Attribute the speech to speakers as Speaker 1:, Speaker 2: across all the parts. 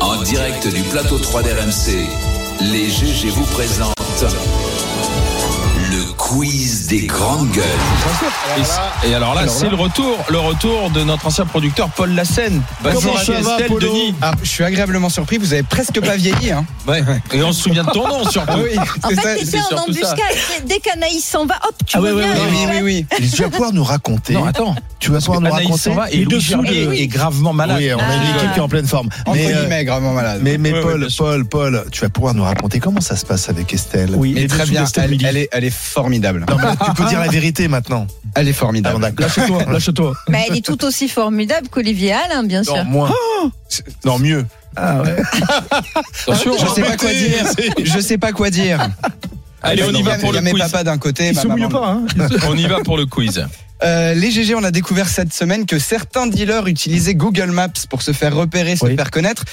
Speaker 1: En direct du plateau 3 d'RMC, les GG vous présentent le quiz des grandes gueules.
Speaker 2: Et, c- et alors là,
Speaker 3: Alors
Speaker 2: c'est
Speaker 3: là.
Speaker 2: le retour, le retour de notre ancien producteur Paul Lassen. Bonjour
Speaker 3: Comment
Speaker 2: à
Speaker 3: ça va,
Speaker 2: Estelle,
Speaker 3: Polo
Speaker 2: Denis.
Speaker 4: Ah, je suis agréablement surpris, vous avez presque pas vieilli. Hein.
Speaker 2: Ouais. Et on se souvient de ton nom
Speaker 3: Ah
Speaker 2: surtout.
Speaker 5: En
Speaker 4: c'est
Speaker 5: fait, tu
Speaker 2: c'est
Speaker 5: sais, en
Speaker 2: surtout ça.
Speaker 5: embuscade, dès- dès qu'Anaïs s'en va, hop, tu
Speaker 2: Ah ouais,
Speaker 5: reviens.
Speaker 2: ouais,
Speaker 4: Oui,
Speaker 5: et
Speaker 4: oui,
Speaker 5: tu
Speaker 4: oui,
Speaker 5: vas-
Speaker 4: oui.
Speaker 3: Mais tu vas pouvoir nous raconter.
Speaker 2: Non, attends.
Speaker 3: Tu vas pouvoir nous
Speaker 2: Anaïs
Speaker 3: raconter.
Speaker 2: s'en va et
Speaker 3: Il est
Speaker 2: Louis
Speaker 3: dessous
Speaker 2: Gerbier
Speaker 3: de-
Speaker 2: est gravement malade.
Speaker 3: Oui, on a une
Speaker 5: Ah.
Speaker 3: équipe qui est en pleine forme.
Speaker 4: Anthony
Speaker 3: Mais, euh,
Speaker 4: Maigre, vraiment malade.
Speaker 3: mais, mais
Speaker 2: Ouais, ouais,
Speaker 3: Paul,
Speaker 2: bien sûr.
Speaker 3: Paul, Paul, tu vas pouvoir nous raconter comment ça se passe avec Estelle.
Speaker 4: Et
Speaker 3: Les
Speaker 4: très
Speaker 3: dessous
Speaker 4: bien,
Speaker 3: d'Estelle
Speaker 4: elle,
Speaker 3: Midi.
Speaker 4: elle est, elle est formidable.
Speaker 3: Non, mais
Speaker 4: Ah.
Speaker 3: tu peux dire la vérité maintenant.
Speaker 4: Elle est
Speaker 3: Ah, bon,
Speaker 4: formidable.
Speaker 3: d'accord.
Speaker 2: Lâche-toi, lâche-toi.
Speaker 5: Bah, elle est tout aussi formidable qu'Olivier Alain, bien sûr.
Speaker 3: Non, moins. Non, mieux.
Speaker 2: Attention.
Speaker 4: je sais pas quoi dire. Je sais pas quoi dire.
Speaker 2: Allez, on y va
Speaker 4: Il y a-
Speaker 2: pour
Speaker 4: Il y
Speaker 2: le
Speaker 4: a mes
Speaker 2: quiz.
Speaker 4: papas d'un côté. ma maman de l'autre.
Speaker 2: On y va pour le quiz.
Speaker 4: Euh, les GG, on a découvert cette semaine que certains dealers utilisaient Google Maps pour se faire repérer, se
Speaker 3: Oui.
Speaker 4: faire connaître.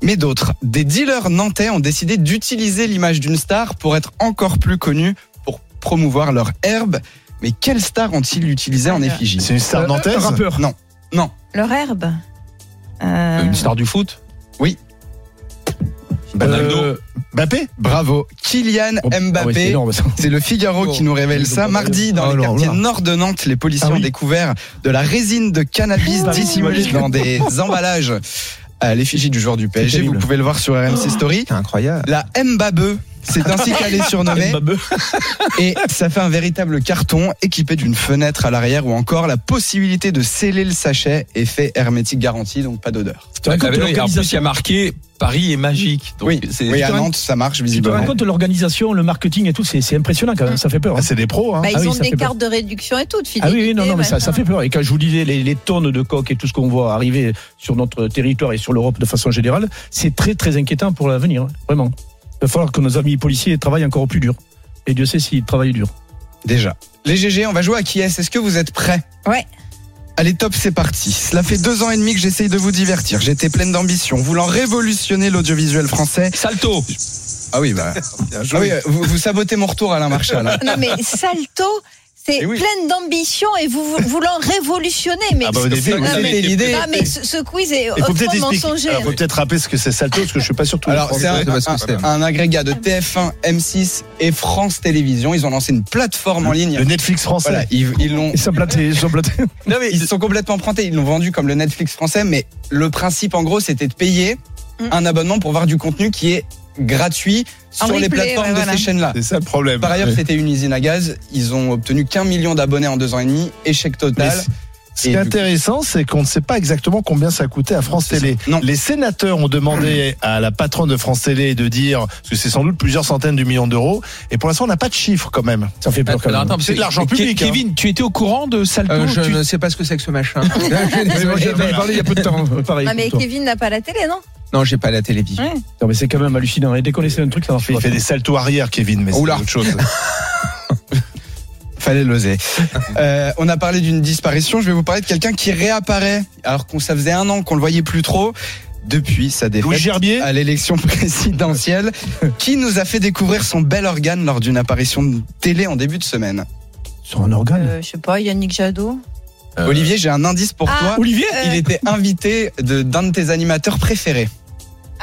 Speaker 4: Mais d'autres, des dealers nantais ont décidé d'utiliser l'image d'une star pour être encore plus connus, pour promouvoir leur herbe. Mais quelle star ont-ils utilisé en
Speaker 5: Ouais.
Speaker 4: effigie
Speaker 3: C'est une
Speaker 6: Euh,
Speaker 3: star nantaise.
Speaker 4: Non, non.
Speaker 5: Leur herbe. Euh,
Speaker 2: Une star du foot. Ronaldo.
Speaker 3: Euh, Mbappé
Speaker 4: Bravo. Kylian
Speaker 3: Oh, ah
Speaker 4: Mbappé. c'est le Figaro qui nous révèle ça. Mardi, dans
Speaker 3: Oh
Speaker 4: les
Speaker 3: là
Speaker 4: quartiers
Speaker 3: là.
Speaker 4: nord de Nantes, les policiers
Speaker 3: Ah
Speaker 4: ont
Speaker 3: oui. Ah
Speaker 4: découvert de la résine de cannabis dissimulée dans des emballages à l'effigie du joueur du PSG. Vous
Speaker 3: terrible.
Speaker 4: pouvez le voir sur RMC Story.
Speaker 3: Oh, C'est incroyable.
Speaker 4: La Mbappé, c'est ainsi qu'elle est surnommée. Et ça fait un véritable carton équipé d'une fenêtre à l'arrière ou encore la possibilité de sceller le sachet, effet hermétique garanti, donc pas d'odeur.
Speaker 2: Tu racontes l'organisation qui a marqué Paris est magique. Donc
Speaker 4: Oui,
Speaker 2: c'est
Speaker 4: oui, à Nantes, ça marche
Speaker 6: Tu te rends
Speaker 4: visiblement.
Speaker 6: compte de l'organisation, le marketing et tout, c'est c'est impressionnant quand même, ça fait peur. hein.
Speaker 3: Ah, c'est des pros, hein.
Speaker 5: bah, ils
Speaker 6: Ah oui,
Speaker 5: ont
Speaker 6: ça
Speaker 5: des
Speaker 6: fait peur.
Speaker 5: cartes de réduction et tout, de
Speaker 6: Ah oui,
Speaker 5: fidélité.
Speaker 6: oui, non, non, mais ça,
Speaker 5: machin.
Speaker 6: ça fait peur. Et quand je vous disais les, les tonnes de coques et tout ce qu'on voit arriver sur notre territoire et sur l'Europe de façon générale, c'est très, très inquiétant pour l'avenir, hein. vraiment. Il va falloir que nos amis policiers travaillent encore plus dur. Et Dieu sait s'ils travaillent dur.
Speaker 4: Déjà. Les GG, on va jouer à qui est-ce Est-ce que vous êtes prêts
Speaker 5: Ouais.
Speaker 4: Allez, top, c'est parti. Cela fait deux ans et demi que j'essaye de vous divertir. J'étais pleine d'ambition, voulant révolutionner l'audiovisuel français.
Speaker 2: Salto.
Speaker 4: Ah oui, bah. ah oui, euh, vous, vous sabotez mon retour, Alain Marchal. hein.
Speaker 5: Non, mais Salto, c'est
Speaker 4: Eh oui.
Speaker 5: pleine d'ambition et vous vou- voulant révolutionner. Mais,
Speaker 3: Ah, bah, au début,
Speaker 4: C'était
Speaker 3: oui.
Speaker 5: mais-
Speaker 4: c'était l'idée.
Speaker 5: Ah, mais ce, ce quiz est
Speaker 3: Il faut
Speaker 5: hautement
Speaker 3: peut-être expliquer.
Speaker 5: mensonger.
Speaker 6: Ah,
Speaker 3: Alors, faut peut-être rappeler ce que c'est Salto, parce que je suis pas sûr tout.
Speaker 4: Alors, c'est un, un- un agrégat de TF1, M6 et France Télévisions. Ils ont lancé une plateforme en ligne.
Speaker 3: le Netflix français.
Speaker 4: Voilà, ils ils l'ont.
Speaker 6: Ils sont plantés, ils sont plantés.
Speaker 4: Non, mais ils sont complètement printés. Ils l'ont vendu comme le Netflix français, mais le principe, en gros, c'était de payer
Speaker 5: Mm.
Speaker 4: un abonnement pour voir du contenu qui est gratuit
Speaker 5: En
Speaker 4: sur les
Speaker 5: replay,
Speaker 4: plateformes
Speaker 5: ouais,
Speaker 4: de
Speaker 5: voilà.
Speaker 4: ces chaînes-là.
Speaker 3: C'est ça le problème.
Speaker 4: Par ailleurs, c'était une usine à gaz. Ils ont obtenu qu'un million d'abonnés en deux ans et demi. Échec
Speaker 3: Mais
Speaker 4: total.
Speaker 3: c- Ce qui
Speaker 4: Et
Speaker 3: est
Speaker 4: du
Speaker 3: intéressant, c'est qu'on ne sait pas exactement combien ça coûtait à France
Speaker 4: C'est
Speaker 3: Télé.
Speaker 4: ça. Non.
Speaker 3: Les sénateurs ont demandé à la patronne de France Télé de dire, parce que c'est sans doute plusieurs centaines de millions d'euros, et pour l'instant, on n'a pas de chiffres quand même.
Speaker 6: Ça fait peur quand
Speaker 2: Alors,
Speaker 6: même.
Speaker 2: attends, parce
Speaker 3: C'est de
Speaker 2: que-
Speaker 3: l'argent
Speaker 2: Ke-
Speaker 3: public, hein.
Speaker 2: Kevin, tu étais au courant de Salto Tu-
Speaker 4: sais pas ce que c'est que ce machin.
Speaker 6: Mais moi, j'en ai parlé il y a peu de temps, pareil.
Speaker 5: Ah, mais
Speaker 6: pour toi.
Speaker 5: Kevin n'a pas la télé, non
Speaker 4: non, j'ai pas la télévision.
Speaker 6: Non, mais c'est quand même hallucinant. Et dès qu'on essaie un truc, ça
Speaker 3: Il
Speaker 6: marche
Speaker 3: fait,
Speaker 6: pas.
Speaker 3: il fait des saltos arrière, Kevin, mais c'est
Speaker 4: Oula.
Speaker 3: autre chose.
Speaker 4: Fallait l'oser. Euh, on a parlé d'une disparition. Je vais vous parler de quelqu'un qui réapparaît alors qu'on ça faisait un an qu'on le voyait plus trop. Depuis sa
Speaker 3: Louis
Speaker 4: défaite
Speaker 3: Gerbier
Speaker 4: à l'élection présidentielle, qui nous a fait découvrir son bel organe lors d'une apparition de télé en début de semaine.
Speaker 6: Sur un organe.
Speaker 5: Euh, Je sais pas, Yannick Jadot.
Speaker 3: Euh.
Speaker 4: Olivier, j'ai un indice pour
Speaker 5: Ah.
Speaker 4: toi.
Speaker 6: Olivier
Speaker 5: Euh,
Speaker 4: Il était invité de- d'un de tes animateurs préférés.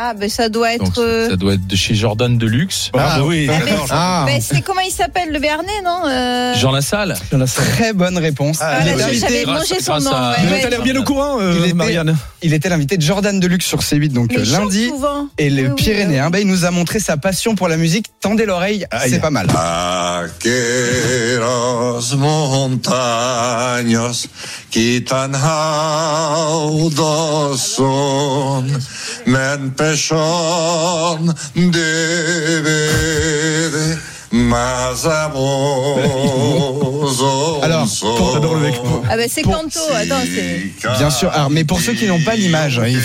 Speaker 5: Ah, ben ça doit être.
Speaker 2: Donc,
Speaker 5: euh,
Speaker 2: ça doit être de chez Jordan Deluxe.
Speaker 3: Ah,
Speaker 4: Bravo.
Speaker 3: oui.
Speaker 5: Ah, ben, c'est-
Speaker 4: Ah.
Speaker 5: ben, c'est comment il s'appelle, le Bernet, non Euh,
Speaker 2: Jean Lassalle.
Speaker 6: Dans la salle.
Speaker 4: Très bonne réponse.
Speaker 3: Ah,
Speaker 5: Ah,
Speaker 4: il,
Speaker 5: là,
Speaker 4: était
Speaker 5: je- j'avais
Speaker 4: invité,
Speaker 2: grâce-
Speaker 5: mangé son
Speaker 2: grâce
Speaker 5: nom.
Speaker 2: à-
Speaker 5: ouais,
Speaker 2: Mais
Speaker 5: ouais.
Speaker 6: T'as l'air bien au courant, euh,
Speaker 4: Il était-
Speaker 6: Marianne.
Speaker 4: il était l'invité de Jordan Deluxe sur C8 donc euh,
Speaker 5: Mais il chante
Speaker 4: lundi.
Speaker 5: souvent.
Speaker 4: Et
Speaker 5: Oui,
Speaker 4: le
Speaker 5: oui,
Speaker 4: Pyrénéen, ben, il nous a montré sa passion pour la musique. Tendez l'oreille,
Speaker 3: Aïe.
Speaker 4: c'est pas mal.
Speaker 7: Aquellos montaños que tan audos son, me empezaron de ver más amor.
Speaker 4: Alors, pour-
Speaker 7: son.
Speaker 5: Ah ben c'est Canto, attends, c'est...
Speaker 4: Bien sûr. Alors, mais pour ceux qui n'ont pas l'image, il,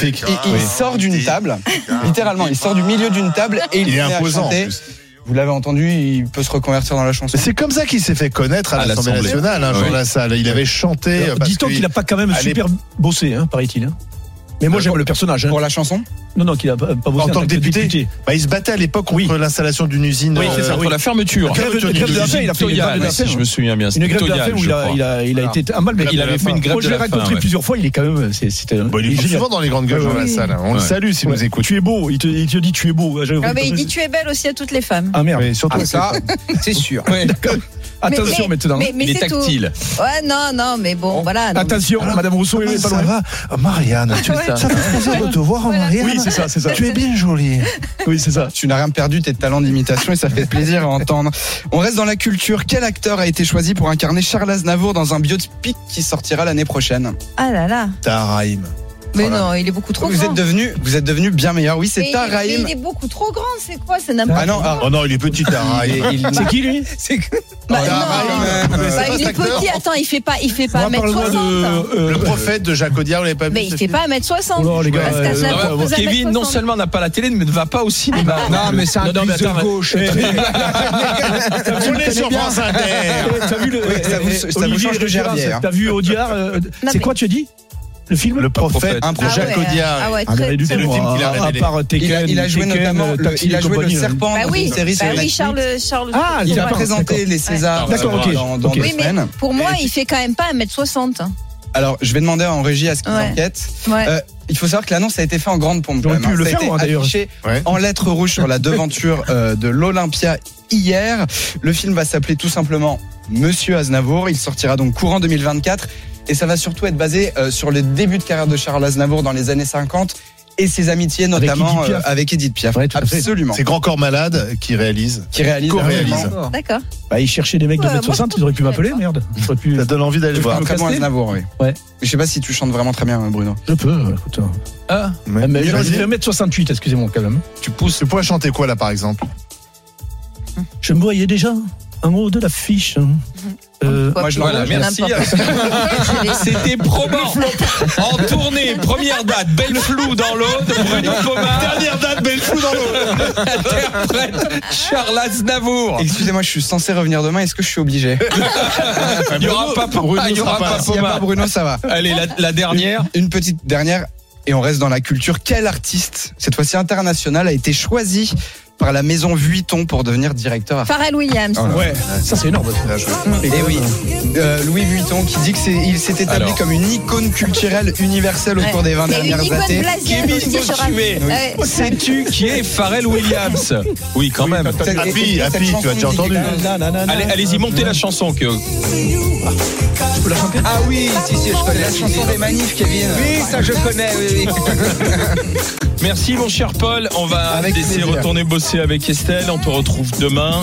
Speaker 4: il sort d'une table, littéralement, il sort du milieu d'une table et il,
Speaker 3: Il est
Speaker 4: se met à
Speaker 3: imposant,
Speaker 4: chanter.
Speaker 3: en plus.
Speaker 4: Vous l'avez entendu, il peut se reconvertir dans la chanson.
Speaker 3: Mais C'est comme ça qu'il s'est fait connaître à,
Speaker 2: À
Speaker 3: l'Assemblée
Speaker 2: l'Assemblée.
Speaker 3: nationale, hein, Jean Lassalle. Il avait chanté. euh, parce
Speaker 6: Dis-on
Speaker 3: qu'il-
Speaker 6: qu'il a pas quand même
Speaker 3: Allez.
Speaker 6: super bossé, hein, paraît-il, hein, Mais moi, j'aime le personnage. hein.
Speaker 4: Pour la chanson
Speaker 6: Non, non, qu'il a pas pas bossé
Speaker 3: En tant que député, Bah, il se battait à l'époque contre l'installation d'une usine.
Speaker 2: Oui, c'est
Speaker 3: euh,
Speaker 2: ça. Pour la fermeture.
Speaker 3: Grève de-
Speaker 6: Grève de la faim, il a fait une grève
Speaker 2: Toyal,
Speaker 6: de la
Speaker 2: si
Speaker 6: faim.
Speaker 2: je me souviens bien.
Speaker 6: Une
Speaker 2: c'était
Speaker 6: grève de la
Speaker 2: Toyal,
Speaker 6: faim où
Speaker 2: je
Speaker 6: il a,
Speaker 2: crois.
Speaker 6: il a, il a
Speaker 2: Voilà.
Speaker 6: été un mal, mais
Speaker 2: Il avait fait une grève
Speaker 6: Moi, je
Speaker 2: de
Speaker 6: l'ai
Speaker 2: la faim,
Speaker 6: rencontré
Speaker 2: ouais.
Speaker 6: plusieurs fois, il est quand même. c'est- C'était un-
Speaker 3: Bon, il
Speaker 6: Bah,
Speaker 3: est
Speaker 6: il est
Speaker 3: pas
Speaker 6: génial.
Speaker 3: souvent dans les grandes gueules,
Speaker 5: Ah,
Speaker 6: Ouais,
Speaker 3: Jean
Speaker 6: ouais.
Speaker 3: Lassalle. hein. On le
Speaker 2: Ouais.
Speaker 3: salue s'il nous écoute.
Speaker 6: Tu es beau, il te, il te dit tu es beau. Je-
Speaker 5: Ah, mais il dit tu es belle aussi à toutes les femmes.
Speaker 6: Ah merde.
Speaker 3: Mais surtout,
Speaker 4: Ah, ça, c'est sûr.
Speaker 2: Ouais.
Speaker 6: Attention maintenant.
Speaker 5: Mais, mais
Speaker 2: Il est
Speaker 5: c'est tout.
Speaker 2: tactile.
Speaker 5: Ouais, non, non, mais bon, voilà. non.
Speaker 6: Attention,
Speaker 3: ah,
Speaker 6: Madame Rousseau
Speaker 3: Comment
Speaker 6: est pas loin.
Speaker 3: ça va Oh, Marianne, tu
Speaker 5: Ah, Ouais.
Speaker 3: ça fait plaisir de te voir, hein,
Speaker 5: Voilà.
Speaker 3: Marianne.
Speaker 6: Oui, c'est ça, c'est ça.
Speaker 3: Tu es bien jolie.
Speaker 6: Oui, c'est ça.
Speaker 4: Tu n'as rien perdu tes talents d'imitation et ça fait plaisir à entendre. On reste dans la culture. Quel acteur a été choisi pour incarner Charles Aznavour dans un biopic qui sortira l'année prochaine
Speaker 5: Ah là là.
Speaker 3: Taraïm.
Speaker 5: Mais
Speaker 3: Voilà.
Speaker 5: non, il est beaucoup trop
Speaker 4: Vous
Speaker 5: grand.
Speaker 4: êtes devenu, vous êtes devenu bien meilleur. Oui,
Speaker 5: Mais
Speaker 4: c'est
Speaker 5: il est- mais
Speaker 4: Taraïm.
Speaker 5: Il est beaucoup trop grand, c'est quoi C'est n'importe
Speaker 4: Ah non, ah,
Speaker 3: Oh non, il est petit, Taraïm.
Speaker 4: il-
Speaker 6: C'est qui lui
Speaker 4: c'est
Speaker 5: Bah,
Speaker 3: Oh,
Speaker 5: non.
Speaker 6: euh,
Speaker 3: Taraïm. Mais c'est
Speaker 5: Bah,
Speaker 3: pas
Speaker 5: il
Speaker 3: cet
Speaker 5: est
Speaker 3: acteur.
Speaker 5: petit, attends, il fait pas, il fait pas
Speaker 6: Moi, parle-moi
Speaker 5: 1m60.
Speaker 6: de. euh,
Speaker 3: Le prophète de Jacques Audiard, vous l'avez pas vu
Speaker 5: hein. Mais il
Speaker 3: ce
Speaker 5: fait
Speaker 3: film
Speaker 5: pas 1m60.
Speaker 6: Oh là, les gars,
Speaker 5: Parce
Speaker 6: euh,
Speaker 5: qu'à sa-
Speaker 6: non,
Speaker 5: à
Speaker 2: Ah ouais,
Speaker 5: sa
Speaker 2: Kevin, non
Speaker 5: 1m60.
Speaker 2: seulement n'a pas la télé, mais bah, ne va pas au cinéma.
Speaker 6: Non, mais c'est un
Speaker 2: plus de gauche.
Speaker 3: On est sur France Inter.
Speaker 6: T'as vu le.
Speaker 4: Oui, ça vous- ça vous
Speaker 6: Olivier
Speaker 4: change de
Speaker 6: Gérard,
Speaker 4: gerbière.
Speaker 6: T'as vu Audiard euh, C'est
Speaker 5: mais-
Speaker 6: quoi, tu as dit Le film
Speaker 3: Le prophète
Speaker 2: Ah
Speaker 3: de
Speaker 5: Ah
Speaker 3: Jacques
Speaker 5: ouais,
Speaker 3: Audiard.
Speaker 5: Ah ouais,
Speaker 6: Ah, mais
Speaker 5: très-
Speaker 6: du
Speaker 3: C'est
Speaker 6: coup,
Speaker 3: le film qu'il a
Speaker 6: à-
Speaker 3: révélé.
Speaker 6: À part Tekken,
Speaker 4: il a, il a joué
Speaker 6: Tekken,
Speaker 4: notamment, le-
Speaker 6: Taxi
Speaker 4: il a
Speaker 6: et
Speaker 4: joué le
Speaker 6: compagnie, euh.
Speaker 4: serpent
Speaker 5: Bah
Speaker 4: dans
Speaker 5: oui,
Speaker 4: une série
Speaker 5: bah
Speaker 4: sur
Speaker 5: oui,
Speaker 4: Netflix.
Speaker 5: Charles, Charles.
Speaker 6: Ah,
Speaker 4: Il a
Speaker 6: D'accord,
Speaker 4: présenté
Speaker 6: d'accord.
Speaker 4: les Césars
Speaker 2: Ah, d'accord,
Speaker 4: euh,
Speaker 6: ok.
Speaker 4: dans, dans
Speaker 6: Ok.
Speaker 4: deux
Speaker 5: Oui, mais
Speaker 4: semaines.
Speaker 5: pour moi, il fait quand même pas 1m60. hein.
Speaker 4: Alors, je vais demander en régie à ce qu'ils
Speaker 5: Ouais.
Speaker 4: enquêtent.
Speaker 5: Ouais.
Speaker 4: Euh, il faut savoir que l'annonce a été faite en grande pompe.
Speaker 6: J'aurais
Speaker 4: quand même,
Speaker 6: pu
Speaker 4: hein.
Speaker 6: le
Speaker 4: Ça a
Speaker 6: faire,
Speaker 4: été
Speaker 6: moi, d'ailleurs.
Speaker 4: affiché
Speaker 3: Ouais.
Speaker 4: En lettres rouges sur la devanture euh, de l'Olympia hier. Le film va s'appeler tout simplement Monsieur Aznavour. Il sortira donc courant 2024. Et ça va surtout être basé euh, sur les débuts de carrière de Charles Aznavour dans les années 50 et ses amitiés,
Speaker 6: Avec
Speaker 4: notamment
Speaker 6: Édith Piaf.
Speaker 4: euh, avec Edith Piaf.
Speaker 6: Ouais, tout à fait.
Speaker 4: Absolument.
Speaker 3: C'est Grand Corps Malade qui réalise.
Speaker 4: Qui réalise.
Speaker 3: co-réalise.
Speaker 4: vraiment
Speaker 5: D'accord.
Speaker 6: Bah, ils cherchaient des mecs de
Speaker 5: Ouais, moi, je
Speaker 6: 1m60,
Speaker 5: trouve
Speaker 6: ils auraient
Speaker 5: que
Speaker 6: pu
Speaker 5: c'est
Speaker 6: m'appeler,
Speaker 5: d'accord.
Speaker 6: merde. J'aurais pu-
Speaker 3: Ça donne envie d'aller le voir.
Speaker 4: un très bon
Speaker 6: Castener
Speaker 4: Aznavour, oui.
Speaker 6: Ouais.
Speaker 4: Je sais pas si tu chantes vraiment très bien, hein, Bruno.
Speaker 6: Je peux, euh, écoute.
Speaker 2: Ah,
Speaker 3: Ouais.
Speaker 6: Mais j'aurais
Speaker 3: Vas-y.
Speaker 6: dit 1m68, excusez-moi, quand même.
Speaker 3: Tu pousses. Tu pourrais chanter quoi là par exemple
Speaker 6: Je me voyais déjà en haut de l'affiche. hein. Euh,
Speaker 5: Quoi,
Speaker 4: moi, je
Speaker 5: plus
Speaker 2: voilà,
Speaker 5: grand,
Speaker 2: merci.
Speaker 5: n'importe
Speaker 2: C'était probant. En tournée, première date, belle flou dans l'Aude, Bruno Thomas. Dernière date, belle flou dans l'Aude. Interprète Charles Aznavour.
Speaker 4: Excusez-moi, je suis censé revenir demain. Est-ce que je suis obligé
Speaker 2: Il n'y aura pas
Speaker 3: Bruno
Speaker 2: ah, il y aura
Speaker 3: sera pas
Speaker 2: pas
Speaker 3: là.
Speaker 4: S'il n'y a
Speaker 2: Thomas.
Speaker 4: pas Bruno, ça va.
Speaker 2: Allez, la, la dernière.
Speaker 4: Une petite dernière, et on reste dans la culture. Quel artiste, cette fois-ci international, a été choisi par la maison Vuitton pour devenir directeur artistique
Speaker 5: Pharrell Williams.
Speaker 4: Oh là.
Speaker 6: ouais, ça c'est énorme.
Speaker 3: Là, je-
Speaker 4: Eh oui, euh, Louis Vuitton qui dit que c'est, il s'est établi
Speaker 2: Alors.
Speaker 4: comme une icône culturelle universelle au
Speaker 5: Ouais.
Speaker 4: cours des 20
Speaker 5: Mais une
Speaker 4: dernières
Speaker 5: icône
Speaker 4: années.
Speaker 5: blasienne aussi, je rappelle.
Speaker 2: Bossuet.
Speaker 5: Ouais.
Speaker 2: Sais-tu qui est Pharrell Williams Oui, quand même.
Speaker 4: Cette-
Speaker 3: Happy,
Speaker 4: cette- cette
Speaker 3: Happy, tu as
Speaker 4: chanson
Speaker 3: déjà
Speaker 4: dit
Speaker 3: entendu.
Speaker 4: quelque chose.
Speaker 2: Allez, allez-y, montez la chanson que
Speaker 4: Ah oui, si, si, je connais la chanson des manifs, Kevin. Oui, ça je connais, oui,
Speaker 2: Merci mon cher Paul, on va
Speaker 4: Avec
Speaker 2: te laisser
Speaker 4: plaisir.
Speaker 2: retourner bosser avec Estelle, on te retrouve demain